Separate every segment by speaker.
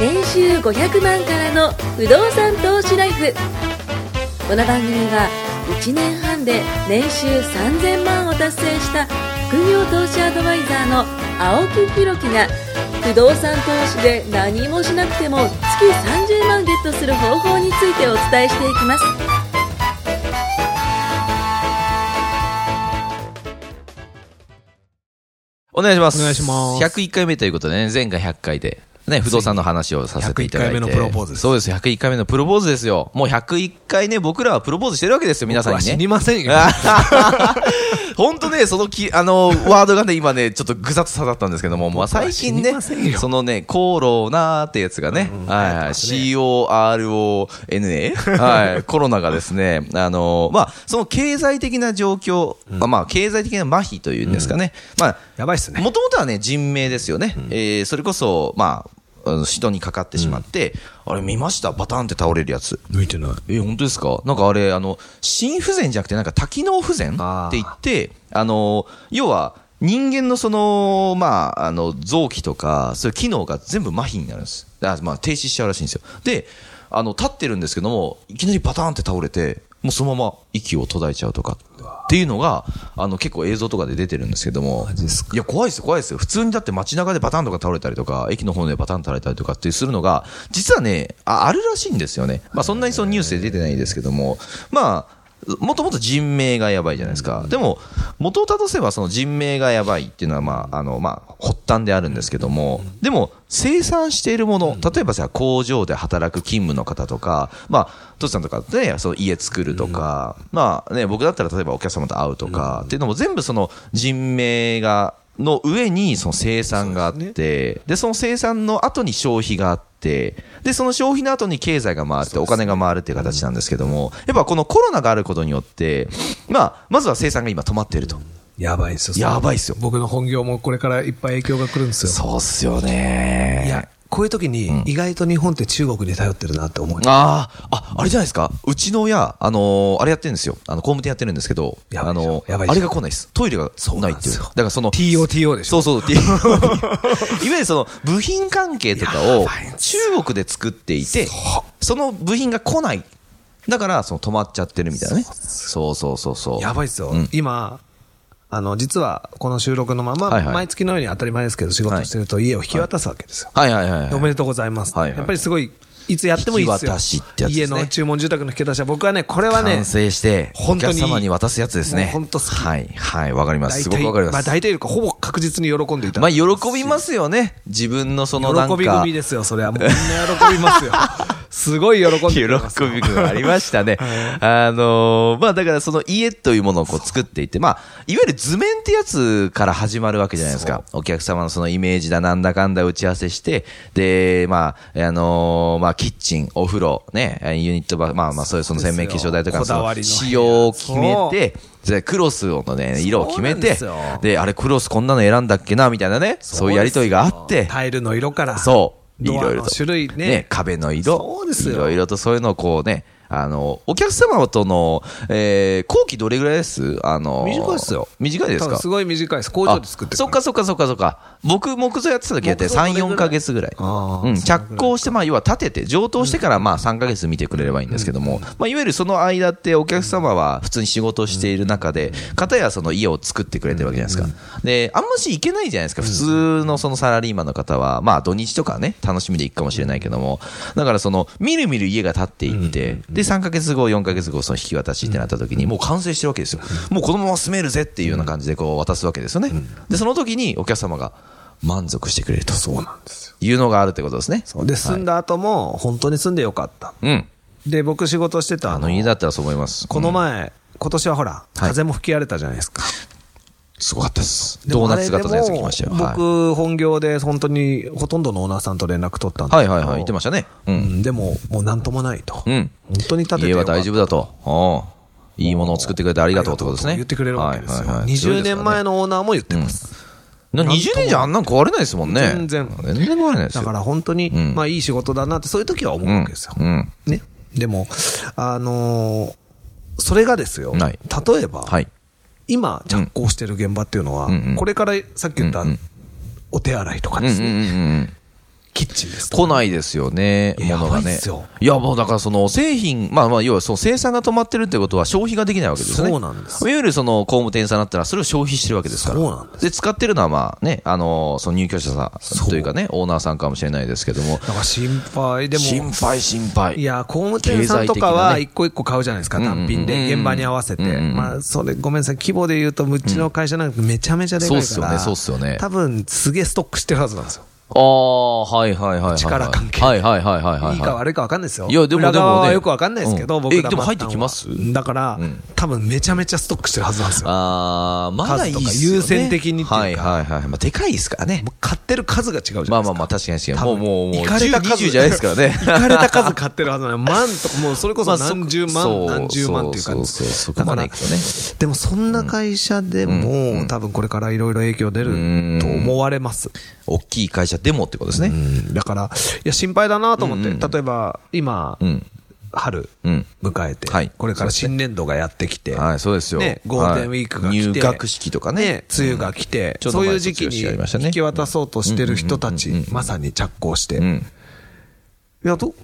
Speaker 1: 年収500万からの不動産投資ライフこの番組は1年半で年収3000万を達成した副業投資アドバイザーの青木弘樹が不動産投資で何もしなくても月30万ゲットする方法についてお伝えしていきます
Speaker 2: お願いします。
Speaker 3: お願いします
Speaker 2: 101回目ということでね、前回100回で、ね、不動産の話をさせていただいて。
Speaker 3: 101回目のプロポーズです
Speaker 2: そうです、101回目のプロポーズですよ。もう101回ね、僕らはプロポーズしてるわけですよ、皆さん
Speaker 3: 僕は
Speaker 2: に
Speaker 3: 知
Speaker 2: ね
Speaker 3: り。ませんよ。
Speaker 2: 本当ね、そのき、あの、ワードがね、今ね、ちょっとぐさっと刺さったんですけども、まあ最近
Speaker 3: 知り
Speaker 2: ね
Speaker 3: ません、よ
Speaker 2: そのね、コロナってやつがね、はいはい、CORONA? はい、コロナがですね、あの、まあ、その経済的な状況、まあ、経済的な麻痺というんですかね、まあ、
Speaker 3: やばいっすね。
Speaker 2: もともとはね、人命ですよね。えーそれこそ、まああの、人にかかってしまって、あれ見ましたバタンって倒れるやつ。
Speaker 3: 抜いてない。
Speaker 2: え、本当ですかなんかあれ、あの、心不全じゃなくて、なんか多機能不全って言って、あの、要は、人間のその、まあ、あの、臓器とか、そういう機能が全部麻痺になるんです。あまあ、停止しちゃうらしいんですよ。で、あの、立ってるんですけども、いきなりバタンって倒れて、もうそのまま息を途絶えちゃうとか、っていうのが、あの、結構映像とかで出てるんですけども、
Speaker 3: ジっすか
Speaker 2: いや、怖いですよ、怖いですよ。普通にだって街中でバタンとか倒れたりとか、駅の方でバタンと倒れたりとかってするのが、実はね、ああるらしいんですよね。まあ、そんなにそのニュースで出てないですけども、まあ、もともと人命がやばいじゃないですか。でも、元をたどせばその人命がやばいっていうのは、まあ、あの、まあ、発端であるんですけども、でも、生産しているもの、例えばさ、工場で働く勤務の方とか、まあ、トシさんとかね、その家作るとか、まあね、僕だったら例えばお客様と会うとか、っていうのも全部その人命が、の上にその生産があって、
Speaker 3: そう
Speaker 2: でその生産の後に消費があって、で、その消費の後に経済が回って、お金が回るっていう形なんですけども、やっぱこのコロナがあることによって、まあ、まずは生産が今止まっていると。
Speaker 3: やばいっすよ。
Speaker 2: やばいっすよ
Speaker 3: 僕の本業もこれからいっぱい影響が来るんですよ。
Speaker 2: そうっすよね
Speaker 3: いや、こういう時に意外と日本って中国に頼ってるなって思う。
Speaker 2: あーあ、あれじゃないですか。うちの親、あのーあれやってるんですよ。あの、工務店やってるんですけど、
Speaker 3: やば
Speaker 2: あ
Speaker 3: いでしょ
Speaker 2: のー
Speaker 3: やばいでしょ
Speaker 2: あれが来ないです。トイレが
Speaker 3: そう
Speaker 2: な
Speaker 3: ないん
Speaker 2: っ
Speaker 3: で
Speaker 2: ていう。
Speaker 3: すよ
Speaker 2: だからその、
Speaker 3: TOTO でし
Speaker 2: そ
Speaker 3: ょ。
Speaker 2: う そう、っていういわゆるその部品関係とか
Speaker 3: や
Speaker 2: を
Speaker 3: ばいんで
Speaker 2: 中国で作っていて、
Speaker 3: そ
Speaker 2: その部品が来ない。だから、その止まっちゃってるみたいなね。そうそうそうそう。
Speaker 3: やばいっすよ
Speaker 2: うん。
Speaker 3: 今、あの、実はこの収録のま
Speaker 2: はいは
Speaker 3: ま、
Speaker 2: い
Speaker 3: 毎月のように当たり前ですけど仕事してると家を引き渡すわけですよ。
Speaker 2: はいはいはいはい。
Speaker 3: おめでとうございます。
Speaker 2: はいはい
Speaker 3: やっぱりすごい、いつやってもいいですよ。
Speaker 2: 引き渡しってやつですね
Speaker 3: 家の注文住宅の引き渡しは僕はね、これはね
Speaker 2: 完、成して、お
Speaker 3: 本当
Speaker 2: 客
Speaker 3: に
Speaker 2: 様に渡すやつですね。
Speaker 3: もう本当好き
Speaker 2: はい、はい、わかります。
Speaker 3: 大
Speaker 2: すごく
Speaker 3: 体、
Speaker 2: わかります。
Speaker 3: まあ大体よりかほぼ確実に喜んでいただ
Speaker 2: まあ、
Speaker 3: いて
Speaker 2: 喜びますよね。自分のそのなんか。
Speaker 3: 喜び組ですよ、それは。もうみんな喜び ますよ。すごい喜んでく
Speaker 2: 喜
Speaker 3: れます。
Speaker 2: びがありましたね。 あのーまあだからその家というものをこう作っていて、まあ、いわゆる図面ってやつから始まるわけじゃないですか。お客様のそのイメージだなんだかんだ打ち合わせして、で、まあ、あのーまあ、キッチン、お風呂、ね、ユニットバ、まあまあそういうその洗面化粧台とかのそ
Speaker 3: こだわ
Speaker 2: の
Speaker 3: りの部屋
Speaker 2: 仕様を決めて、でクロスのね、色を決め
Speaker 3: そうなん
Speaker 2: て
Speaker 3: ですよ、
Speaker 2: で、あれクロスこんなの選んだっけな、みたいなね、そういうやりとりがあって、
Speaker 3: タイルの色から。
Speaker 2: そう。い
Speaker 3: ド
Speaker 2: ろ
Speaker 3: ア
Speaker 2: いろ
Speaker 3: の
Speaker 2: と。
Speaker 3: 種類ね。
Speaker 2: 壁の色。
Speaker 3: そうですよ
Speaker 2: いろいろとそういうのをこうね、あの、お客様との、えー、後期どれぐらいですあの、
Speaker 3: 短いっすよ。
Speaker 2: 短いです
Speaker 3: 多分
Speaker 2: か
Speaker 3: すごい短いです。工場で作っ
Speaker 2: あ
Speaker 3: てる
Speaker 2: そっかそっかそっかそっか。僕、木造やってた時やって
Speaker 3: 木造ど
Speaker 2: 3、
Speaker 3: れぐらい
Speaker 2: 4ヶ月ぐらい。
Speaker 3: あー
Speaker 2: うん。着工して、まあ、要は立てて、上等してから、まあ、3ヶ月見てくれればいいんですけども、まあ、いわゆるその間ってお客様は普通に仕事をしている中で、片やその家を作ってくれてるわけじゃないですか。で、あんまし行けないじゃないですか。普通のそのサラリーマンの方は、まあ、土日とかね、楽しみで行くかもしれないけども、だからその、みるみる家が建っていって、で、3ヶ月後、4ヶ月後、その引き渡しってなった時に、もう完成してるわけですよ。もうこのまま住めるぜっていうような感じでこう渡すわけですよね。で、その時にお客様が満足してくれると。
Speaker 3: そうなんですよ。
Speaker 2: いうのがあるってことですね。
Speaker 3: そうで、住んだ後も、本当に住んでよかった。
Speaker 2: うん。
Speaker 3: で、僕仕事してた
Speaker 2: あの家だったらそう思います。
Speaker 3: この前、今年はほら、風も吹き荒れたじゃないですか。
Speaker 2: すごかったです。
Speaker 3: でも
Speaker 2: ドーナツ型のやつ来ましたよ。
Speaker 3: あれでも
Speaker 2: は
Speaker 3: 僕、本業で本当にほとんどのオーナーさんと連絡取ったん
Speaker 2: い、
Speaker 3: で
Speaker 2: はい
Speaker 3: すけど、
Speaker 2: はいはい、言ってましたね。う。
Speaker 3: うんんでも、もうなんともないと。
Speaker 2: うん。
Speaker 3: 本当に建て
Speaker 2: 家
Speaker 3: てよか
Speaker 2: は
Speaker 3: った
Speaker 2: 大丈夫だと。うんいいものを作ってくれてありがとうってことですね。
Speaker 3: 言ってくれるわけですよ。
Speaker 2: はいはいはい
Speaker 3: 20年前。のオーナーも言ってます。
Speaker 2: 強いですからねな20年じゃあんなん壊れないですもんね。
Speaker 3: 全然
Speaker 2: 全然壊れないです
Speaker 3: だ
Speaker 2: よ。
Speaker 3: から本当に、
Speaker 2: ん
Speaker 3: まあいい仕事だなって、そういう時は思うわけですよ。
Speaker 2: うん。うん
Speaker 3: ね。でも、あのーそれがですよ。
Speaker 2: はい
Speaker 3: 例えば、
Speaker 2: はい。
Speaker 3: 今着工してる現場っていうのは、
Speaker 2: うんうん
Speaker 3: これからさっき言った、
Speaker 2: うんうん
Speaker 3: お手洗いとか
Speaker 2: うんう
Speaker 3: で
Speaker 2: ん
Speaker 3: す
Speaker 2: う
Speaker 3: ね、
Speaker 2: んうん。
Speaker 3: キッチンです。
Speaker 2: 来ないですよね、
Speaker 3: いや
Speaker 2: ものが
Speaker 3: やばい
Speaker 2: ね
Speaker 3: っすよ。
Speaker 2: いや、もうだからその製品、まあまあ、要はその生産が止まってるってことは消費ができないわけですよね。
Speaker 3: そうなんです
Speaker 2: いわゆるその工務店さんだったらそれを消費してるわけですから。
Speaker 3: そうなんで
Speaker 2: 使ってるのはまあね、あのーその入居者さ
Speaker 3: そ
Speaker 2: ん
Speaker 3: う
Speaker 2: というかね、オーナーさんかもしれないですけども。
Speaker 3: だから心配でも。
Speaker 2: 心配心配。
Speaker 3: いや、工務店さんとか
Speaker 2: 経
Speaker 3: は
Speaker 2: 済的なね
Speaker 3: 一個一個買うじゃないですか、
Speaker 2: うんうんうん
Speaker 3: 単品で、現場に合わせて。
Speaker 2: うんうんうん
Speaker 3: まあ、それ、ごめんなさい、規模で言うと、うちの会社なんかめちゃめちゃでかいから。
Speaker 2: そうっすよねそうっすよね
Speaker 3: 多分、すげえストックしてるはずなんですよ。
Speaker 2: ああ、はいはいはいはい、はい。
Speaker 3: 力関係
Speaker 2: はいはいはいはいはい。
Speaker 3: いいか悪いか分かんないですよ。
Speaker 2: いやでも
Speaker 3: 裏
Speaker 2: で
Speaker 3: 側
Speaker 2: もね
Speaker 3: はよく分かんないですけど、
Speaker 2: うん
Speaker 3: 僕ら
Speaker 2: えでも入っ
Speaker 3: あったの
Speaker 2: てきます
Speaker 3: だから、
Speaker 2: うん
Speaker 3: 多分めちゃめちゃストックしてるはずなんですよ。
Speaker 2: ああ、まだいいっすよ、ね、
Speaker 3: 数とか優先的にっていうか
Speaker 2: はいはいはい。まあ、でかいですからね。
Speaker 3: もう買ってる数が違うじゃないですか。
Speaker 2: まあまあまあ、確かに確かに。もうもう、もう、
Speaker 3: 行かれた数
Speaker 2: 10 20じゃないですからね。
Speaker 3: 行かれた数買ってるはずなの。万とか、もうそれこ
Speaker 2: ま
Speaker 3: そ
Speaker 2: あそ
Speaker 3: 何十万、
Speaker 2: そう
Speaker 3: 何十万っていう感じ。
Speaker 2: そうそうそうそこまで行くとね
Speaker 3: だからでもそんな会社でも、多分これからいろいろ影響出ると思われます。
Speaker 2: 大きい会社でもってことですね。
Speaker 3: うんだから、いや、心配だなと思って、例えば、今、
Speaker 2: うん。
Speaker 3: 春、
Speaker 2: うん
Speaker 3: 迎えて、
Speaker 2: はい
Speaker 3: これから新年度がやってきて、
Speaker 2: はい、そうですよ。
Speaker 3: ね、ゴールデンウィークが来て、
Speaker 2: はい入学式とかね。
Speaker 3: 梅雨が来て、
Speaker 2: ちょうど
Speaker 3: そう
Speaker 2: 前
Speaker 3: いう時
Speaker 2: 卒
Speaker 3: 期
Speaker 2: 業式やりました
Speaker 3: に
Speaker 2: ね
Speaker 3: 引き渡そうとしてる人たち、まさに着工して、
Speaker 2: うん。
Speaker 3: いや、ど、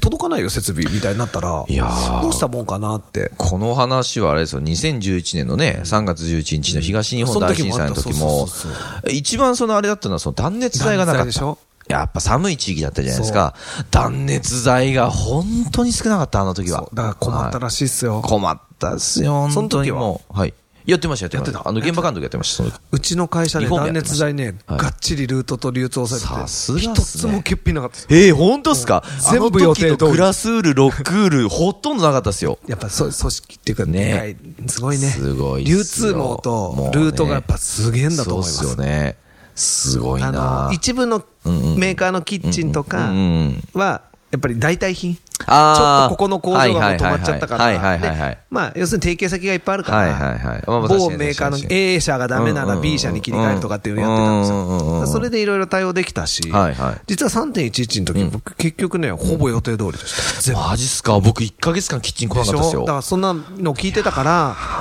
Speaker 3: 届かないよ、設備、みたいになったら、
Speaker 2: いやー
Speaker 3: どうしたもんかなって。
Speaker 2: この話はあれですよ、2011年のね、3月11日の東日本大震災の時も
Speaker 3: その時もあ、
Speaker 2: 一番そのあれだったのは、その断熱材がなか
Speaker 3: 断熱材
Speaker 2: っ
Speaker 3: でしたょ。
Speaker 2: やっぱ寒い地域だったじゃないですか。断熱材が本当に少なかった、あの時は
Speaker 3: だ。から困ったらしいっすよ。
Speaker 2: 困ったっすよ、
Speaker 3: そ
Speaker 2: 本
Speaker 3: の
Speaker 2: 当に
Speaker 3: 時は
Speaker 2: もう。はい。やってました、やってまし。
Speaker 3: やったてた
Speaker 2: あの、現場監督やってました、その時。
Speaker 3: うちの会社で
Speaker 2: リフォームや
Speaker 3: 断
Speaker 2: ってま
Speaker 3: 熱
Speaker 2: した
Speaker 3: 材ね、
Speaker 2: はい
Speaker 3: がっちりルートと流通されてて、
Speaker 2: さすがっ
Speaker 3: 一
Speaker 2: す
Speaker 3: つ
Speaker 2: ね
Speaker 3: も欠品なかったです。
Speaker 2: えー、本当ですか
Speaker 3: 全部予定
Speaker 2: あの
Speaker 3: 通り
Speaker 2: 時のクラスール、ロックール、ほとんどなかったですよ。
Speaker 3: やっぱそう組織っていうか、
Speaker 2: ね
Speaker 3: でかいすごいね。
Speaker 2: すごいっすよ
Speaker 3: 流通網
Speaker 2: も
Speaker 3: と
Speaker 2: うね
Speaker 3: ルートがやっぱすげえんだと思いま
Speaker 2: そうっ
Speaker 3: す。
Speaker 2: すよね。すごい
Speaker 3: あ
Speaker 2: な
Speaker 3: の、一部のメーカーのキッチンとか
Speaker 2: うんうん
Speaker 3: は、やっぱり代替品。ちょ
Speaker 2: あ
Speaker 3: っとここの工場がもう止まっちゃったから、
Speaker 2: はいはいはいはいはいはいはい
Speaker 3: でまあ、要するに提携先がいっぱいあるから、
Speaker 2: はいはいはいまあまあ
Speaker 3: 某メーカ
Speaker 2: 確か
Speaker 3: ーの
Speaker 2: に確かに
Speaker 3: A 社がダメな
Speaker 2: うんうんう
Speaker 3: ら
Speaker 2: ん
Speaker 3: B 社に切り替えるとかっていうのやってたんですよ。
Speaker 2: うんうんうんうん
Speaker 3: だからそれでいろいろ対応できたし、
Speaker 2: はいはい
Speaker 3: 実は3.11の時、僕結局ね、ほぼ予定通りでした。全部
Speaker 2: マジっすか僕1ヶ月間キッチン来なかったです
Speaker 3: だか
Speaker 2: よ。
Speaker 3: らそんなの聞いてたか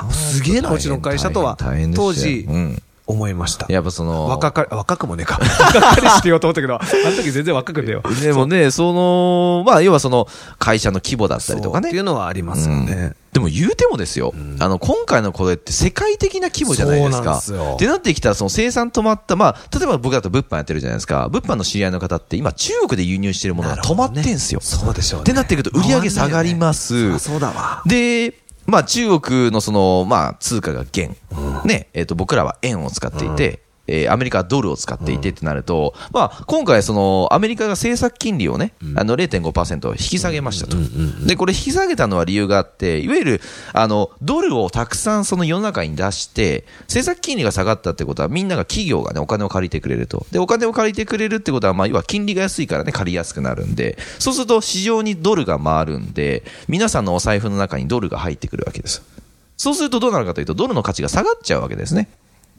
Speaker 3: ら、すげえな、うちの会社とは
Speaker 2: 大変、でしたよ
Speaker 3: 当時
Speaker 2: うん、
Speaker 3: 思いました。
Speaker 2: やっぱその、
Speaker 3: 若かり、若くもねえか。 若かりして言おうと思ったけど、あの時全然若くねえよ。
Speaker 2: でもね、その、まあ、要はその、会社の規模だったりとか
Speaker 3: そうってい
Speaker 2: ね
Speaker 3: う。のはありますよね。
Speaker 2: うんでも言うてもですよ、あの、今回のこれって世界的な規模じゃないです
Speaker 3: そうなん
Speaker 2: か。
Speaker 3: ですよ
Speaker 2: ってなってきたら、その生産止まった、まあ、例えば僕だと物販やってるじゃないですか。物販の知り合いの方って今中国で輸入してるものが止まってんすよ。
Speaker 3: そうでしょうね。
Speaker 2: ってなってくると売り上げ下がります
Speaker 3: 回んないよねあそうだわ。
Speaker 2: で、まあ中国のその、まあ通貨が元。ね、えっ、と僕らは円を使っていて、えーアメリカはドルを使っていてってなると、まあ今回そのアメリカが政策金利をね、あの0.5%引き下げましたと。で、これ引き下げたのは理由があって、いわゆる、あの、ドルをたくさんその世の中に出して、政策金利が下がったってことはみんなが企業がね、お金を借りてくれると。で、お金を借りてくれるってことは、まあ要は金利が安いからね、借りやすくなるんで、そうすると市場にドルが回るんで、皆さんのお財布の中にドルが入ってくるわけです。そうするとどうなるかというと、ドルの価値が下がっちゃうわけですね。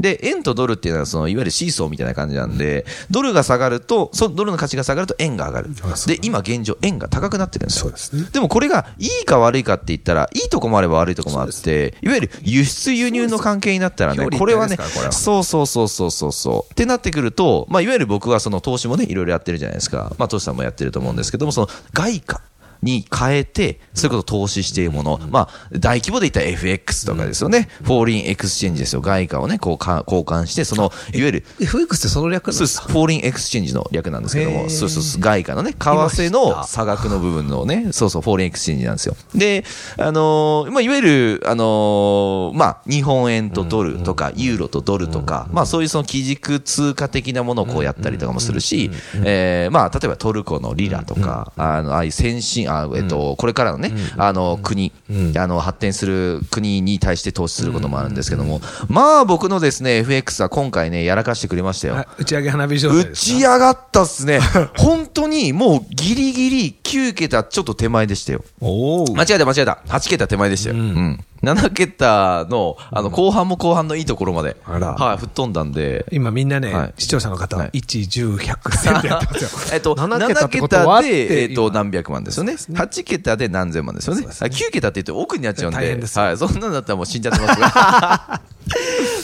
Speaker 2: で、円とドルっていうのは、その、いわゆるシーソーみたいな感じなんで、ドルが下がると、そのドルの価値が下がると円が上がる
Speaker 3: あ。そう
Speaker 2: で、今現状円が高くなってるんですよ。
Speaker 3: そうですね
Speaker 2: でもこれがいいか悪いかって言ったら、いいとこもあれば悪いとこもあって、いわゆる輸出輸入の関係になったらね、
Speaker 3: そうです
Speaker 2: これはね
Speaker 3: 表裏一体ですからこれ、は
Speaker 2: そうそうそうそうそうそう。ってなってくると、まあ、いわゆる僕はその投資もね、いろいろやってるじゃないですか。まあ、投資さんもやってると思うんですけども、その外貨。に変えて、それこそ投資しているもの、まあ、大規模で言ったら FX とかですよね、フォーリンエクスチェンジですよ、外貨をね、こうか交換して、その、いわゆる、
Speaker 3: FX ってその略なん
Speaker 2: そうで
Speaker 3: で
Speaker 2: す
Speaker 3: す
Speaker 2: フォーリンエクスチェンジの略なんですけど
Speaker 3: へ
Speaker 2: も、
Speaker 3: ー
Speaker 2: そうそうそう外貨のね、為替の差額の部分のね、そうそう、フォーリンエクスチェンジなんですよ。で、あのーまあ、いわゆる、あのーまあ、日本円とドルとか、ユーロとドルとか、まあ、そういうその基軸通貨的なものをこうやったりとかもするし、えーまあ、例えばトルコのリラとか、あの、ああいう先進、あ、えっと、これからのね、あの、国、あの、発展する国に対して投資することもあるんですけども、まあ、僕のですね、FX は今回ね、やらかしてくれましたよ。
Speaker 3: はい打ち上げ花火状態
Speaker 2: 打
Speaker 3: です
Speaker 2: ち上がったっすね。本当にもうギリギリ9桁ちょっと手前でしたよ。
Speaker 3: おお
Speaker 2: 間違えた間違えた。8桁手前でしたよ。うん。7桁の、あの、後半も後半のいいところまで。
Speaker 3: あら
Speaker 2: はい、吹っ飛んだんで。
Speaker 3: 今みんなね、
Speaker 2: はい
Speaker 3: 視聴者の方、
Speaker 2: はい
Speaker 3: 1、10、100、1000ってやってますよ
Speaker 2: 。えっと、
Speaker 3: 7
Speaker 2: 7
Speaker 3: 桁
Speaker 2: 桁
Speaker 3: ってことは
Speaker 2: で、えっと、
Speaker 3: 今
Speaker 2: 何百万ですよね。8桁で何千万ですよね。あ9桁って言って奥になっちゃうん
Speaker 3: 大
Speaker 2: で
Speaker 3: 変で、すよ
Speaker 2: はい。そんなんだったらもう死んじゃってますが。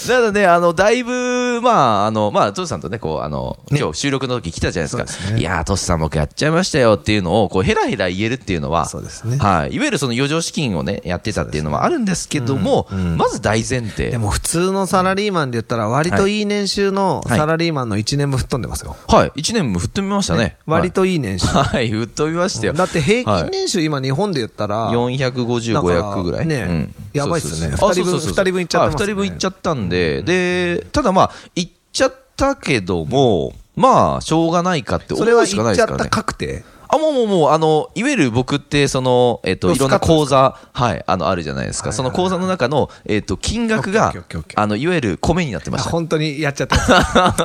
Speaker 2: なので、あの、だいぶ、まあ、あの、まあ、トシさんとね、こう、あの、今日収録の時来たじゃないですか。
Speaker 3: そうですね
Speaker 2: いやー、トシさん僕やっちゃいましたよっていうのを、こう、ヘラヘラ言えるっていうのは、
Speaker 3: そうですね
Speaker 2: はい。いわゆるその余剰資金をね、やってたっていうのはあるんですけども、まず大前提。
Speaker 3: でも普通のサラリーマンで言ったら、割といい年収の
Speaker 2: はい
Speaker 3: サラリーマンの1年分吹っ飛んでますよ。
Speaker 2: はい。一年も吹っ飛びましたね。
Speaker 3: 割といい年収。
Speaker 2: はい。はい、吹っ飛びましたよ。
Speaker 3: だって平均
Speaker 2: ね。
Speaker 3: 年収今日本で言ったら、
Speaker 2: 450、
Speaker 3: だから
Speaker 2: 500ぐらい。
Speaker 3: ね
Speaker 2: うん
Speaker 3: やばいっすね
Speaker 2: そうそうそうあそうそ
Speaker 3: 二人分
Speaker 2: うそう
Speaker 3: 二人分いっちゃってますね
Speaker 2: あ二人分いっちゃったんで、で、ただまあ、いっちゃったけども、まあ、しょうがないかって思
Speaker 3: それ
Speaker 2: う
Speaker 3: は言
Speaker 2: しかない
Speaker 3: っ
Speaker 2: で
Speaker 3: ちゃ
Speaker 2: すか
Speaker 3: っ
Speaker 2: ら
Speaker 3: た
Speaker 2: ね。
Speaker 3: 確定。
Speaker 2: あ、もうもうもう、あの、いわゆる僕って、その、えっと、
Speaker 3: ロ
Speaker 2: い
Speaker 3: ス
Speaker 2: ろん
Speaker 3: カ
Speaker 2: な
Speaker 3: ット
Speaker 2: 口座、はい、あの、あるじゃないですか。
Speaker 3: はい
Speaker 2: そ
Speaker 3: はいは
Speaker 2: の
Speaker 3: い
Speaker 2: 口座の中の、えっと、金額が
Speaker 3: オッケーオッケーオッケーオッケ、ー
Speaker 2: あの、いわゆる米になってま
Speaker 3: あ
Speaker 2: した。
Speaker 3: 本当にやっちゃったやつ。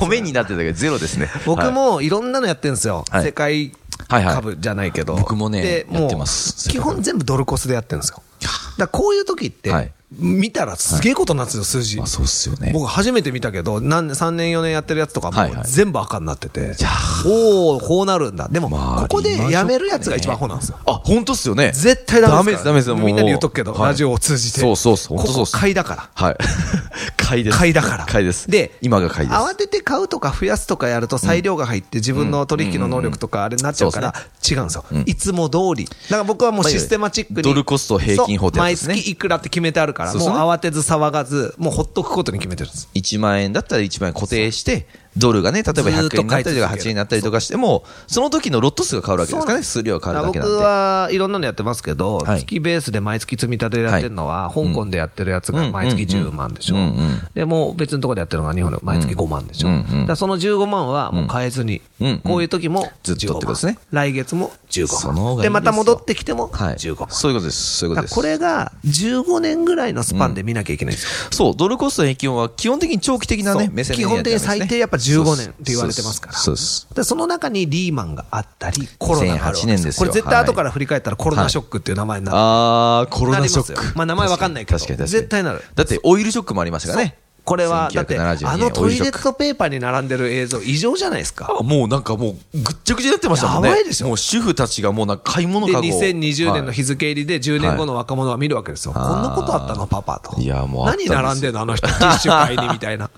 Speaker 2: 米になってたけど、ゼロですね。
Speaker 3: 僕もいろんなのやってるんですよ。
Speaker 2: はい
Speaker 3: 世界
Speaker 2: はいはい
Speaker 3: 株じゃないけど。
Speaker 2: 僕もね
Speaker 3: でう
Speaker 2: やってます
Speaker 3: 基本全部ドルコスでやってるんですよ。だからこういう時って
Speaker 2: はい、
Speaker 3: 見たらすげえことになってるんですよ、数字
Speaker 2: まあ、。そうっすよね。
Speaker 3: 僕初めて見たけど、何年、3年4年やってるやつとか
Speaker 2: はい
Speaker 3: も
Speaker 2: は
Speaker 3: う
Speaker 2: い
Speaker 3: 全部赤になってて
Speaker 2: や。
Speaker 3: おおこうなるんだ。でも、
Speaker 2: まあ
Speaker 3: ここでやめるやつが一番アホなんですよ。
Speaker 2: あ、本当っすよね。
Speaker 3: 絶対ダ
Speaker 2: ダメ
Speaker 3: メで
Speaker 2: ですす、
Speaker 3: から
Speaker 2: ダメです。もう
Speaker 3: みんなに言っとくけど、
Speaker 2: はい
Speaker 3: ラジオを通じて。
Speaker 2: そうそうそう、本当そうっ
Speaker 3: ここ
Speaker 2: す。
Speaker 3: 買いだから。
Speaker 2: はい。 買いです。
Speaker 3: 買いだから。
Speaker 2: 買いです。
Speaker 3: で、
Speaker 2: 今が買いです。
Speaker 3: 慌てて買うとか増やすとかやると裁量が入って自分の取引の能力とかあれになっちゃうから違うんですよ。いつも通り。だから僕はもうシステマチックに。
Speaker 2: ドルコスト平均法ってやつですね
Speaker 3: そう毎月いくらって決めてあるから、
Speaker 2: そう
Speaker 3: も
Speaker 2: そうう
Speaker 3: 慌てず騒がず、もうほっとくことに決めてるんです。
Speaker 2: 1万円だったら1万円固定して、ドルがね、例えば
Speaker 3: ずーっ
Speaker 2: 100円にな
Speaker 3: と
Speaker 2: ったりとか
Speaker 3: 買い続ける
Speaker 2: 8円になったりとかしても、その時のロット数が変わるわけですからね、数量が変わるだけなんで。
Speaker 3: 僕はいろんなのやってますけど、
Speaker 2: はい
Speaker 3: 月ベースで毎月積み立てでやってるのは、香港でやってるやつが毎月10万でしょ、
Speaker 2: うんうん
Speaker 3: でもう別のところでやってるのが日本で毎月5万でしょ、
Speaker 2: うんうん
Speaker 3: だからその15万はもう変えずに、
Speaker 2: うんうん
Speaker 3: こういう時も
Speaker 2: ずっとってことですね
Speaker 3: 15万来月も15
Speaker 2: そ
Speaker 3: 万
Speaker 2: の方がいいですよ
Speaker 3: また戻ってきても
Speaker 2: はい。
Speaker 3: 15万、
Speaker 2: そういうことです。そういう
Speaker 3: だ
Speaker 2: こ
Speaker 3: か
Speaker 2: と
Speaker 3: ら
Speaker 2: です。
Speaker 3: これが15年ぐらいのスパンで見なきゃいけないんですよ、
Speaker 2: そう、ドルコストの平均は基本的に長期的なね
Speaker 3: そ、う
Speaker 2: 目線で見
Speaker 3: 基
Speaker 2: ない
Speaker 3: 本
Speaker 2: と
Speaker 3: 的
Speaker 2: ダメで
Speaker 3: に
Speaker 2: すね
Speaker 3: 最低やっぱ15年って言われてますから
Speaker 2: そうです。
Speaker 3: でその中にリーマンがあった り、コロナがあるわけ
Speaker 2: 2008年です
Speaker 3: こ
Speaker 2: よ
Speaker 3: れ絶対後から振り返ったらコロナショックっていう名前になる、
Speaker 2: あー、コロナショッ
Speaker 3: なりますよ
Speaker 2: ク。
Speaker 3: まあ名前わかんないけど
Speaker 2: 確かに確かに
Speaker 3: 絶対なる
Speaker 2: だって、オイルショックもありましたからね。
Speaker 3: これは、だって、
Speaker 2: 1972
Speaker 3: あのト
Speaker 2: オイ
Speaker 3: イレ
Speaker 2: ルショッ
Speaker 3: ッ
Speaker 2: ク
Speaker 3: トペーパーに並んでる映像、異常じゃないですか。
Speaker 2: あもうなんかもう、ぐっちゃぐちゃになってましたもんね。
Speaker 3: やばいでしょ
Speaker 2: もう主婦たちがもうなんか買い物
Speaker 3: で、
Speaker 2: かご
Speaker 3: 2020年の
Speaker 2: はい
Speaker 3: 日付入りで10年後の若者は見るわけですよ。こん
Speaker 2: い
Speaker 3: なことあったの、パパと。
Speaker 2: いやもうあったんです
Speaker 3: 何
Speaker 2: よ
Speaker 3: 並んでんの、あの人、ティッシュ買いに、みたいな。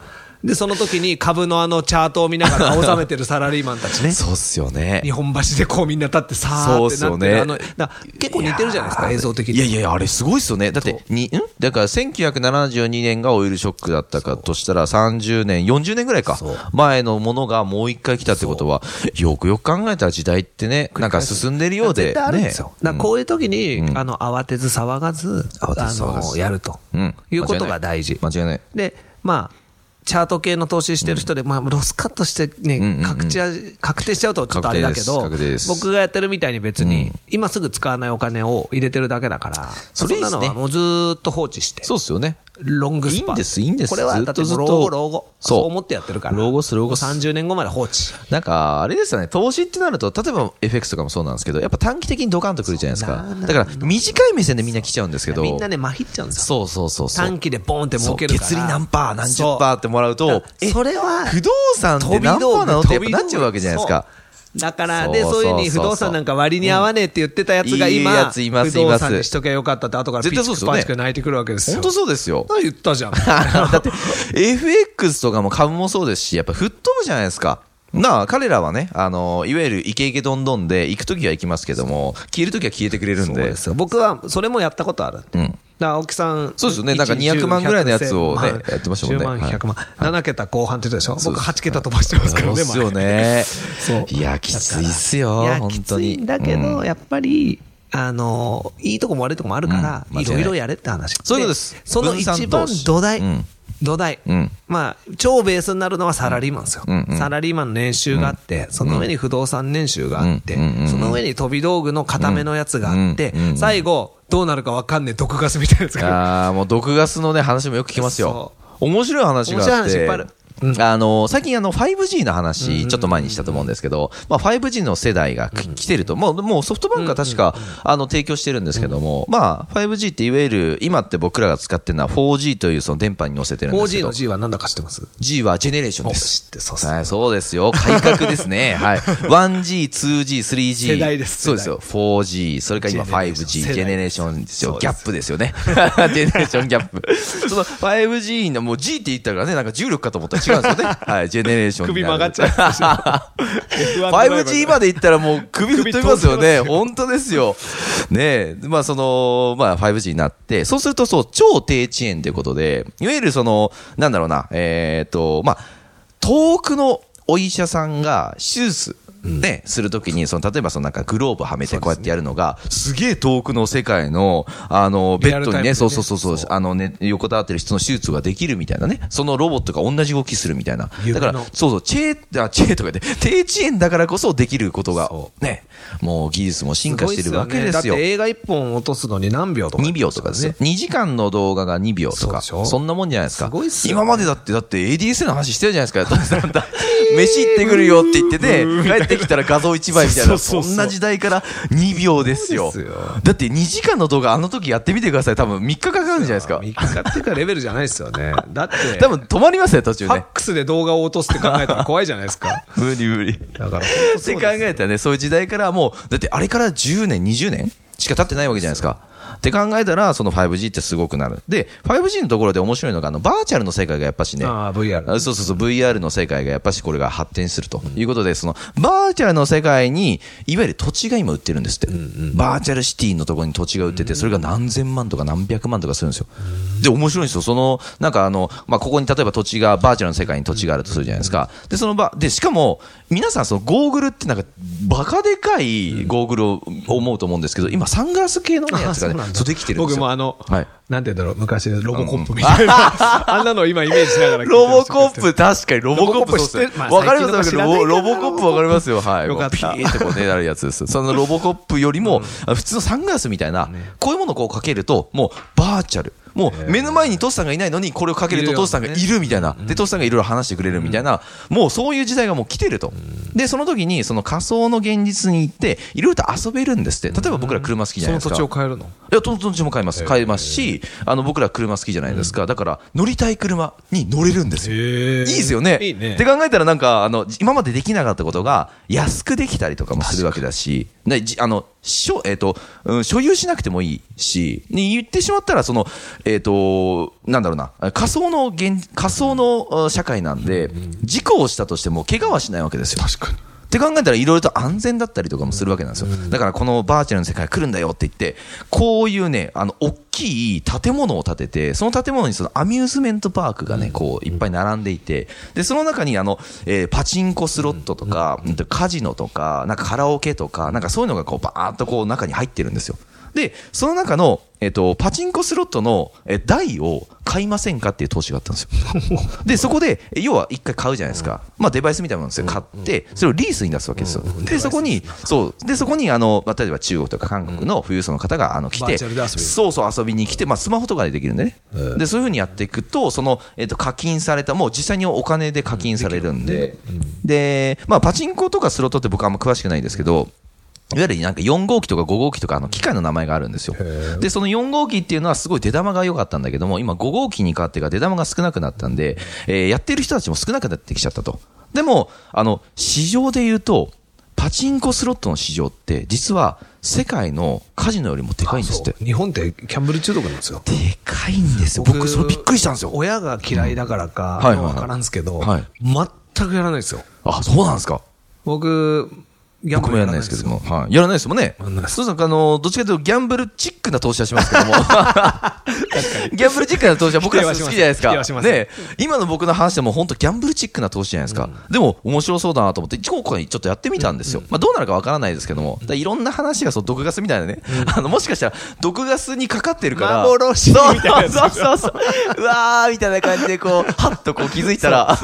Speaker 3: で、その時に株のあのチャートを見ながら、青ざめてるサラリーマンたちね。
Speaker 2: そうっすよね
Speaker 3: 日。本橋でこうみんな立ってさーってな
Speaker 2: そ
Speaker 3: っ
Speaker 2: う
Speaker 3: て
Speaker 2: ですよ
Speaker 3: る
Speaker 2: ね
Speaker 3: あの、だ結構似てるじゃないですか、映像的に。
Speaker 2: いやいやいや、あれすごいっすよね。だっ
Speaker 3: そう
Speaker 2: て、に、んだから1972年がオイルショックだったかとしたら30年、40年ぐらいか
Speaker 3: そう。
Speaker 2: 前のものがもう一回来たってことは、よくよく考えたら時代ってね、なんか進んでるようで。
Speaker 3: 絶対あるんですよ。だ
Speaker 2: ね
Speaker 3: からこういう時に、
Speaker 2: うん
Speaker 3: あの、慌てず騒がず、
Speaker 2: 慌てず騒がず
Speaker 3: あのやると、
Speaker 2: うん
Speaker 3: いうことが大事。
Speaker 2: 間違いない。
Speaker 3: で、まあ、チャート系の投資してる人で、まあ、ロスカットしてね、
Speaker 2: んうんうん
Speaker 3: 確定確定しちゃうとちょっとあれだけど
Speaker 2: 確定です確定で、す
Speaker 3: 僕がやってるみたいに別に、
Speaker 2: うん
Speaker 3: 今すぐ使わないお金を入れてるだけだから、
Speaker 2: そ
Speaker 3: そ
Speaker 2: れいい
Speaker 3: ん
Speaker 2: っ
Speaker 3: な
Speaker 2: すね
Speaker 3: のはもうずーっと放置して、
Speaker 2: そうっすよね。
Speaker 3: ロングス
Speaker 2: いい
Speaker 3: パン。
Speaker 2: んですいいんです
Speaker 3: これは
Speaker 2: ずっ
Speaker 3: だ
Speaker 2: と
Speaker 3: ってもう
Speaker 2: ずっ
Speaker 3: 老
Speaker 2: と
Speaker 3: 後、老後。
Speaker 2: そう
Speaker 3: そう思ってやってるから。
Speaker 2: 老後っす老後っす
Speaker 3: 30年後まで放置。
Speaker 2: なんか、あれですよね、投資ってなると、例えば FX とかもそうなんですけど、やっぱ短期的にドカンとくるじゃないです
Speaker 3: そうな
Speaker 2: か
Speaker 3: ん。
Speaker 2: だから、短い目線でみんな来ちゃうんですけど、
Speaker 3: みんなね、まひっちゃうんですよ。
Speaker 2: そうそうそうそう。
Speaker 3: 短期でボーンって儲けるから。
Speaker 2: そう月利何パー、何十パーってもらう
Speaker 3: そう
Speaker 2: と、え
Speaker 3: それは、
Speaker 2: 不動産って何パーなのってやっぱなっちゃうわけじゃないですか。
Speaker 3: そう。だから、で、
Speaker 2: そうそうう
Speaker 3: そい
Speaker 2: そうう
Speaker 3: ふうに不動産なんか割に合わねえって言ってたやつが
Speaker 2: うんいい
Speaker 3: 今、
Speaker 2: やついます
Speaker 3: 不動
Speaker 2: いま
Speaker 3: 産
Speaker 2: す
Speaker 3: にしときゃよかったって後からピ
Speaker 2: 絶対そう
Speaker 3: ッ
Speaker 2: です
Speaker 3: チ
Speaker 2: よ
Speaker 3: パ
Speaker 2: ね
Speaker 3: ンしく泣いてくるわけですよ。
Speaker 2: 本当そうですよ。
Speaker 3: 何言ったじゃん。
Speaker 2: だって、FX とかも株もそうですし、やっぱ吹っ飛ぶじゃないですか。なあ、彼らはね、あの、いわゆるイケイケどんどんで、行くときは行きますけども、消えるときは消えてくれるん
Speaker 3: そう
Speaker 2: で
Speaker 3: で。すよ僕はそれもやったことある。
Speaker 2: うん
Speaker 3: だから青木さん、
Speaker 2: そうですよねなんか
Speaker 3: 1
Speaker 2: 200万ぐらいのやつをね
Speaker 3: 1000万
Speaker 2: やってましたもんね
Speaker 3: 10万、
Speaker 2: はい
Speaker 3: 100万、7桁後半って言ってたでしょ、
Speaker 2: そう
Speaker 3: 僕、
Speaker 2: です
Speaker 3: 8桁飛ばしてますからね、
Speaker 2: ですよ
Speaker 3: 前
Speaker 2: ね。
Speaker 3: そう
Speaker 2: いや、きついっすよ
Speaker 3: いや、、き
Speaker 2: 本当
Speaker 3: つ
Speaker 2: に。
Speaker 3: いんだけど、
Speaker 2: うん
Speaker 3: やっぱり、あの、いいとこも悪いとこもあるから、
Speaker 2: うん間違
Speaker 3: い
Speaker 2: いない
Speaker 3: ろいろやれって話。
Speaker 2: そういうことです
Speaker 3: その一番
Speaker 2: 分散投資
Speaker 3: 土台
Speaker 2: うん、
Speaker 3: 土台
Speaker 2: うん。
Speaker 3: まあ、超ベースになるのはサラリーマンですよ
Speaker 2: うん。うん
Speaker 3: サラリーマンの年収があって、その上に不動産年収があって
Speaker 2: うんうんうんう、ん
Speaker 3: その上に飛び道具の固めのやつがあって
Speaker 2: うんうんう、ん
Speaker 3: 最後、どうなるかわかんねえ毒ガスみたいなやつが。
Speaker 2: あーもう毒ガスのね、話もよく聞きますよ。面白い話があって。
Speaker 3: 面白い話いっぱいある
Speaker 2: あの最近あの 5G の話、ちょっと前にしたと思うんですけど、まあ、5G の世代がき来てると、もうもうソフトバンクは確かあの提供してるんですけども、まあ、5G っていわゆる、今って僕らが使ってるのは 4G というその電波に乗せてるんですけ
Speaker 3: 4G
Speaker 2: ど
Speaker 3: の、G は何だか知ってます
Speaker 2: G はジェネレーションで
Speaker 3: お
Speaker 2: す
Speaker 3: 知っ。てそうっすね
Speaker 2: はい、そうですよ。改革です ね。はい。1G、2G、3G。
Speaker 3: 世代です
Speaker 2: そうですよ。4G、それから今 5G、
Speaker 3: ジ
Speaker 2: ジ
Speaker 3: ェ
Speaker 2: ェ
Speaker 3: ネ
Speaker 2: ネ
Speaker 3: レ
Speaker 2: レ
Speaker 3: ー
Speaker 2: ー
Speaker 3: シ
Speaker 2: シ
Speaker 3: ョ
Speaker 2: ョ
Speaker 3: ン
Speaker 2: ンですよ。
Speaker 3: 世
Speaker 2: ギャ
Speaker 3: 代
Speaker 2: ップですよね。 ジェネレーションギャップ。その 5G のもう G って言ったからね、なんか重力かと思ったら違うんですよね。はい、ジェネレーションになる。
Speaker 3: ゃう。
Speaker 2: 5G まで行ったらもう首吹っ飛びますよね。
Speaker 3: 首飛んでますよ
Speaker 2: 本当ですよ。ねえ。まあその、まあ 5G になって、そうするとそう、超低遅延ということで、いわゆるその、なんだろうな、えっ、と、まあ、遠くのお医者さんが手術、ね、するときに、その、例えば、そのなんかグローブはめてこうやってやるのが、すげえ遠くの世界の、あの、ベッド
Speaker 3: リアルタイ
Speaker 2: に
Speaker 3: ムで
Speaker 2: ね、
Speaker 3: ね
Speaker 2: そうそうそうそう、あのね、横たわってる人の手術ができるみたいなね、そのロボットが同じ動きするみたいな。だか
Speaker 3: 夢
Speaker 2: ら
Speaker 3: の、
Speaker 2: そうそう、チェー、あ、チェーとかで、低遅延だからこそできることが
Speaker 3: そ、
Speaker 2: ね、もう技術も進化してるわけです
Speaker 3: だっ
Speaker 2: よ。
Speaker 3: て映画1本落とすのに何秒とか。
Speaker 2: 2秒とかですよ。。2時間の動画が2秒とか、
Speaker 3: そうでしょ
Speaker 2: そんなもんじゃないですか。
Speaker 3: すごいっすよ
Speaker 2: 今までだって、だって ADSL の話してるじゃないですか。だってだって飯行ってくるよって言ってて、帰ってきたら画像1枚みたい
Speaker 3: そう
Speaker 2: な、
Speaker 3: そ
Speaker 2: そ
Speaker 3: うそうん
Speaker 2: な時代から2秒ですよ
Speaker 3: そうですよ。
Speaker 2: だって2時間の動画あの時やってみてください。多分3日かかるんじゃないですか
Speaker 3: 3。日っていうかレベルじゃないですよ ね。だって、
Speaker 2: 多分止まりますよ、途中
Speaker 3: ファッ
Speaker 2: ね。
Speaker 3: クスで動画を落とすって考えたら怖いじゃないですか。
Speaker 2: 無理無理。
Speaker 3: だから、
Speaker 2: って考えたらね、そういう時代からもう、だってあれから10年、20年しか経ってないわけじゃないですか。って考えたら、その 5G ってすごくなる。で、5G のところで面白いのが、あの、バーチャルの世界がやっぱしね、
Speaker 3: ああ、VR。
Speaker 2: あそうそうそう、VR の世界がやっぱしこれが発展するということで、そのバーチャルの世界に、いわゆる土地が今売ってるんですって、バーチャルシティのところに土地が売ってて、それが何千万とか何百万とかするんですよ。で、面白いんですよ。その、なんかあの、まあ、ここに例えば土地が、バーチャルの世界に土地があるとするじゃないですか。で、そのば、で、しかも、皆さんそのゴーグルってなんか、バカでかいゴーグルを思うと思うんですけど、今サングラス系のねやつがね、そうできてるんですよ。
Speaker 3: 僕もあの、
Speaker 2: はい
Speaker 3: なんて言うんだろう、昔のロボコップみたいな、 あんなのを今イメージしながら聞いて
Speaker 2: ロ
Speaker 3: ま
Speaker 2: ボ
Speaker 3: した
Speaker 2: コップ、確かにロボコップ
Speaker 3: ロボコップ
Speaker 2: そうで
Speaker 3: 知っ
Speaker 2: すね
Speaker 3: てまあ
Speaker 2: わかります
Speaker 3: 最近の知らない
Speaker 2: ロ
Speaker 3: か
Speaker 2: ボ
Speaker 3: な
Speaker 2: ロボコップわかりますよ。はい。
Speaker 3: よかった
Speaker 2: ピーってこうね、なるやつです。そ のロボコップよりも、あ普通のサングラスみたいな、こういうものをこうかけると、もうバーチャル。もう目の前にトシさんがいないのに、これをかける
Speaker 3: い
Speaker 2: と
Speaker 3: るよね
Speaker 2: トシさんがいるみたいな。で、トシさんがいろいろ話してくれるみたいな、もうそういう時代がもう来てると。で、その時に、その仮想の現実に行って、いろいろと遊べるんですって。例えば僕ら車好きじゃない
Speaker 3: その
Speaker 2: です
Speaker 3: 土
Speaker 2: か。
Speaker 3: 地を変えるの
Speaker 2: いや、どどっちも買います。買えますし、あの、僕ら車好きじゃないですか。だから、乗りたい車に乗れるんですよ。
Speaker 3: へ
Speaker 2: い
Speaker 3: え
Speaker 2: いですよね。
Speaker 3: いいね
Speaker 2: って考えたら、なんか、あの、今までできなかったことが、安くできたりとかもするわけだし、ねじあの、しょ、えっ、と、うん、所有しなくてもいいし、に言ってしまったら、その、えっ、と、なんだろうな、仮想の現、仮想のあ社会なんで、事故をしたとしても、怪我はしないわけですよ。
Speaker 3: 確かに。
Speaker 2: って考えたらいろいろと安全だったりとかもするわけなんですよ。だからこのバーチャルの世界来るんだよって言って、こういうね、あの、大きい建物を建てて、その建物にそのアミューズメントパークがね、こう、いっぱい並んでいて、で、その中にあの、えーパチンコスロットとか、うんとカジノとか、なんかカラオケとか、なんかそういうのがこう、バーっとこう中に入ってるんですよ。で、その中の、えっ、と、パチンコスロットの、えー台を買いませんかっていう投資があったんですよ。で、そこで、え要は一回買うじゃないですか。まあ、デバイスみたいなもんですよ。買って、それをリースに出すわけですよ。で、そこに、そう。で、そこに、あの、まあ例えば中国とか韓国の富裕層の方が、あの、来
Speaker 3: バー
Speaker 2: て、
Speaker 3: チャルで遊びに
Speaker 2: そうそう遊びに来て、まあ、スマホとかでできるんでね。で、そういうふうにやっていくと、その、えっ、と、課金された、もう実際にお金で課金されるんで、で、まあ、パチンコとかスロットって僕あんま詳しくないんですけど、いわゆるなんか4号機とか5号機とかあの機械の名前があるんですよ。で、その4号機っていうのはすごい出玉が良かったんだけども、今5号機に変わってから出玉が少なくなったんで、えーやってる人たちも少なくなってきちゃったと。でも、あの、市場で言うと、パチンコスロットの市場って、実は世界のカジノよりもでかいんですって
Speaker 3: そ。う日本ってキャンブル中毒なんですよ。
Speaker 2: でかいんですよ。僕、それびっくりしたんですよ。
Speaker 3: 親が嫌いだからか、
Speaker 2: うんはいはいはい
Speaker 3: わからんすけど、
Speaker 2: はい
Speaker 3: 全くやらないですよ。
Speaker 2: あ、そうなんですか。
Speaker 3: 僕、ギャンブ
Speaker 2: 僕
Speaker 3: ル
Speaker 2: もやらないですけども。はい。やらないですもんね。そうそう、あの、どっちかというとギャンブルチックな投資はしますけ ども。ギャンブルチックな投資は僕ら好きじゃ ないです
Speaker 3: 否
Speaker 2: か
Speaker 3: 定はしま。せん
Speaker 2: ね今の僕の話でも本当ギャンブルチックな投資じゃないですか。でも面白そうだなと思って、今回ちょっとやってみたんですよ。まあどうなるかわからないですけども。だからいろんな話がそう毒ガスみたいなね。あの、もしかしたら毒ガスにかかってるから。
Speaker 3: 幻みたいなやつ
Speaker 2: そうそうそうそう。うわーみたいな感じでこう、はっとこう気づいたら。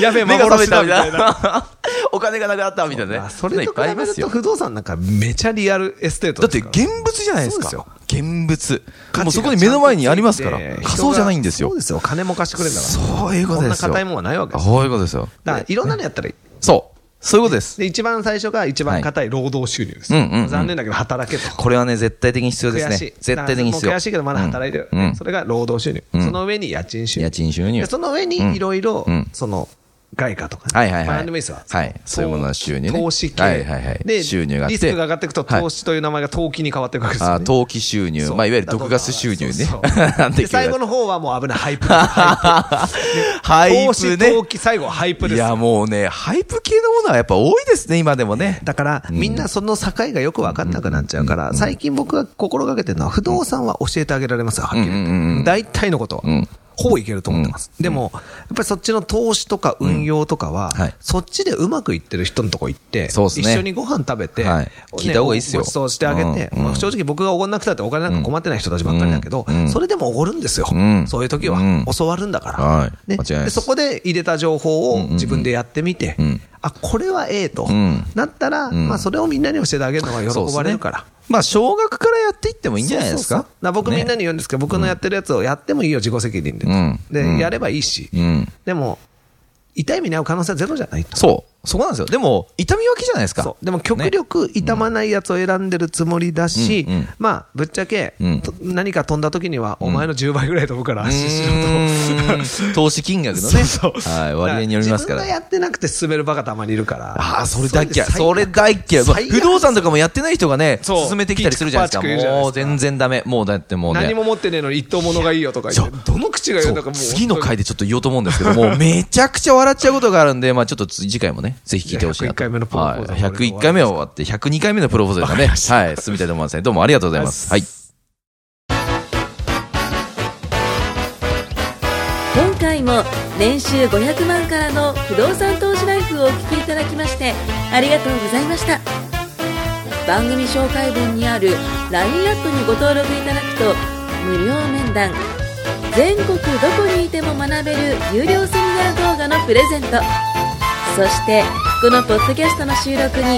Speaker 3: やべえ、
Speaker 2: 目が覚めたみたい
Speaker 3: 幻だ
Speaker 2: な。お金がなくなったみたいなね。
Speaker 3: そ
Speaker 2: んな
Speaker 3: れ
Speaker 2: いっ
Speaker 3: と
Speaker 2: ぱいあ
Speaker 3: 比
Speaker 2: りま
Speaker 3: べる
Speaker 2: すよ
Speaker 3: と。不動産なんかめちゃリアルエステート
Speaker 2: だっ
Speaker 3: で
Speaker 2: て
Speaker 3: すから
Speaker 2: 現物じゃないです
Speaker 3: そ
Speaker 2: か
Speaker 3: うよ。
Speaker 2: 現物。
Speaker 3: 価値が
Speaker 2: もうそこに目の前にありますから。
Speaker 3: ちゃんとついて
Speaker 2: 仮想じゃないんですよ
Speaker 3: そう。ですよ。金も貸してくれんだから。
Speaker 2: そういうことですよ。
Speaker 3: こんな硬いもんはないわけです
Speaker 2: そういうことですよ。
Speaker 3: だからいろんなのやったらいい。
Speaker 2: そう。そういうことです。
Speaker 3: で、一番最初が一番硬い労働収入です。
Speaker 2: はいうんうんうん
Speaker 3: 残念だけど働けと。
Speaker 2: これはね、絶対的に必要です
Speaker 3: 悔
Speaker 2: ね
Speaker 3: しい。。
Speaker 2: 絶対的に必要。
Speaker 3: もう悔しいけどまだ働いてる。
Speaker 2: うんうん
Speaker 3: それが労働収入。
Speaker 2: うん
Speaker 3: その上に家賃収入。
Speaker 2: 家賃収入
Speaker 3: でその上にいろいろ
Speaker 2: うん、
Speaker 3: その、外貨とかね。
Speaker 2: はいはいはい
Speaker 3: まあ何でもいいですわ。
Speaker 2: はいそういうものは収入ね
Speaker 3: 投資系。
Speaker 2: はいはいはい
Speaker 3: で、
Speaker 2: 収入があって
Speaker 3: リスクが上がっていくと、
Speaker 2: はい
Speaker 3: 投資という名前が投機に変わっていくわけですよ、ね。
Speaker 2: あー投機収入、
Speaker 3: そう
Speaker 2: まあ、いわゆる毒ガス収入ね
Speaker 3: そうそう。
Speaker 2: なんて
Speaker 3: で最後
Speaker 2: の、
Speaker 3: の方はもう危ない、ハ イプ。ハ
Speaker 2: ハ
Speaker 3: イプ投
Speaker 2: イ
Speaker 3: 資、
Speaker 2: プ
Speaker 3: 投
Speaker 2: ね。
Speaker 3: 機、最後はハイプで
Speaker 2: い
Speaker 3: す。
Speaker 2: や、もうね、ハイプ系のものはやっぱ多いですね、今でもね。
Speaker 3: だから、みんなその境がよく分かんなくなっちゃうから、最近僕が心がけてるのは、不動産は教えてあげられますよ、はっきり言って
Speaker 2: うんうんうんうん
Speaker 3: 大体のことは。
Speaker 2: ん
Speaker 3: ほぼいけると思ってます。でも、やっぱりそっちの投資とか運用とかは、
Speaker 2: うんはい
Speaker 3: そっちでうまくいってる人のとこ行って、
Speaker 2: そうっすね
Speaker 3: 一緒にご飯食べて、
Speaker 2: はい
Speaker 3: ね
Speaker 2: 聞いた方がいいっすよ
Speaker 3: ごちそうしてあげて、
Speaker 2: うん
Speaker 3: まあ正直僕がおごんなくたってお金なんか困ってない人たちばっかりだけど、
Speaker 2: うん
Speaker 3: それでもおごるんですよ、
Speaker 2: うん
Speaker 3: そういう時は、
Speaker 2: うん
Speaker 3: 教わるんだから、
Speaker 2: はい間違
Speaker 3: ね
Speaker 2: いない
Speaker 3: で
Speaker 2: です
Speaker 3: そこで入れた情報を自分でやってみて、
Speaker 2: うん
Speaker 3: あこれはええと、
Speaker 2: うん
Speaker 3: なったら、
Speaker 2: ん
Speaker 3: まあ、それをみんなに教えてあげるのが喜ばれるから。
Speaker 2: まあ、小学からやっていってもいいんじゃないで
Speaker 3: そう
Speaker 2: す
Speaker 3: そうそうだ
Speaker 2: か
Speaker 3: か。ら僕みんなに言うんですけど、僕のやってるやつをやってもいいよ、自己責任で。
Speaker 2: うん
Speaker 3: で、
Speaker 2: うん
Speaker 3: やればいいし。
Speaker 2: うん
Speaker 3: でも、痛い目に遭う可能性はゼロじゃないと。
Speaker 2: そう。そこなんですよ。でも、痛み分けじゃないですか
Speaker 3: そ。うでも極力痛まないやつを選んでるつもりだし、
Speaker 2: うんうん
Speaker 3: まあ、ぶっちゃけ、
Speaker 2: うん
Speaker 3: と何か飛んだ時には、お前の10倍ぐらい飛ぶから、安心しろと。
Speaker 2: うん投資金額のね、はい、割合によりますか
Speaker 3: 自分が
Speaker 2: ら。
Speaker 3: やってなくて進めるバカたまにいるから。
Speaker 2: ああ、それ大嫌い。そ
Speaker 3: それ
Speaker 2: れ
Speaker 3: で
Speaker 2: 大嫌い。
Speaker 3: 最悪
Speaker 2: 不動産とかもやってない人がね、
Speaker 3: そう
Speaker 2: 進めてきたりするじゃないです
Speaker 3: ピーチクパーチク言うじゃ
Speaker 2: か。
Speaker 3: ないですか
Speaker 2: もう全然ダメ。もうだってもうね。
Speaker 3: 何も持ってねえのに一等物がいいよとか言って、どの口が言うのかもう。
Speaker 2: 次の回でちょっと言おうと思うんですけども、めちゃくちゃ笑っちゃうことがあるんで、まあちょっと次回もね、ぜひ聞いてほしいなと。
Speaker 3: 101回目のプロポーズは
Speaker 2: はい101回目は終わって、102回目のプロポーズがね、はい、進みたいと思いますね。どうもありがとうございます。
Speaker 3: あ
Speaker 2: は
Speaker 3: り
Speaker 2: い
Speaker 3: がと。
Speaker 1: 今回も年収500万からの不動産投資ライフをお聞きいただきましてありがとうございました番組紹介文にある LINE アップにご登録いただくと無料面談全国どこにいても学べる有料セミナー動画のプレゼントそしてこのポッドキャストの収録に先着で無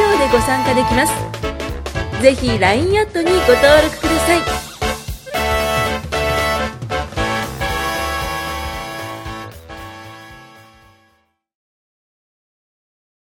Speaker 1: 料でご参加できますぜひ LINE アットにご登録ください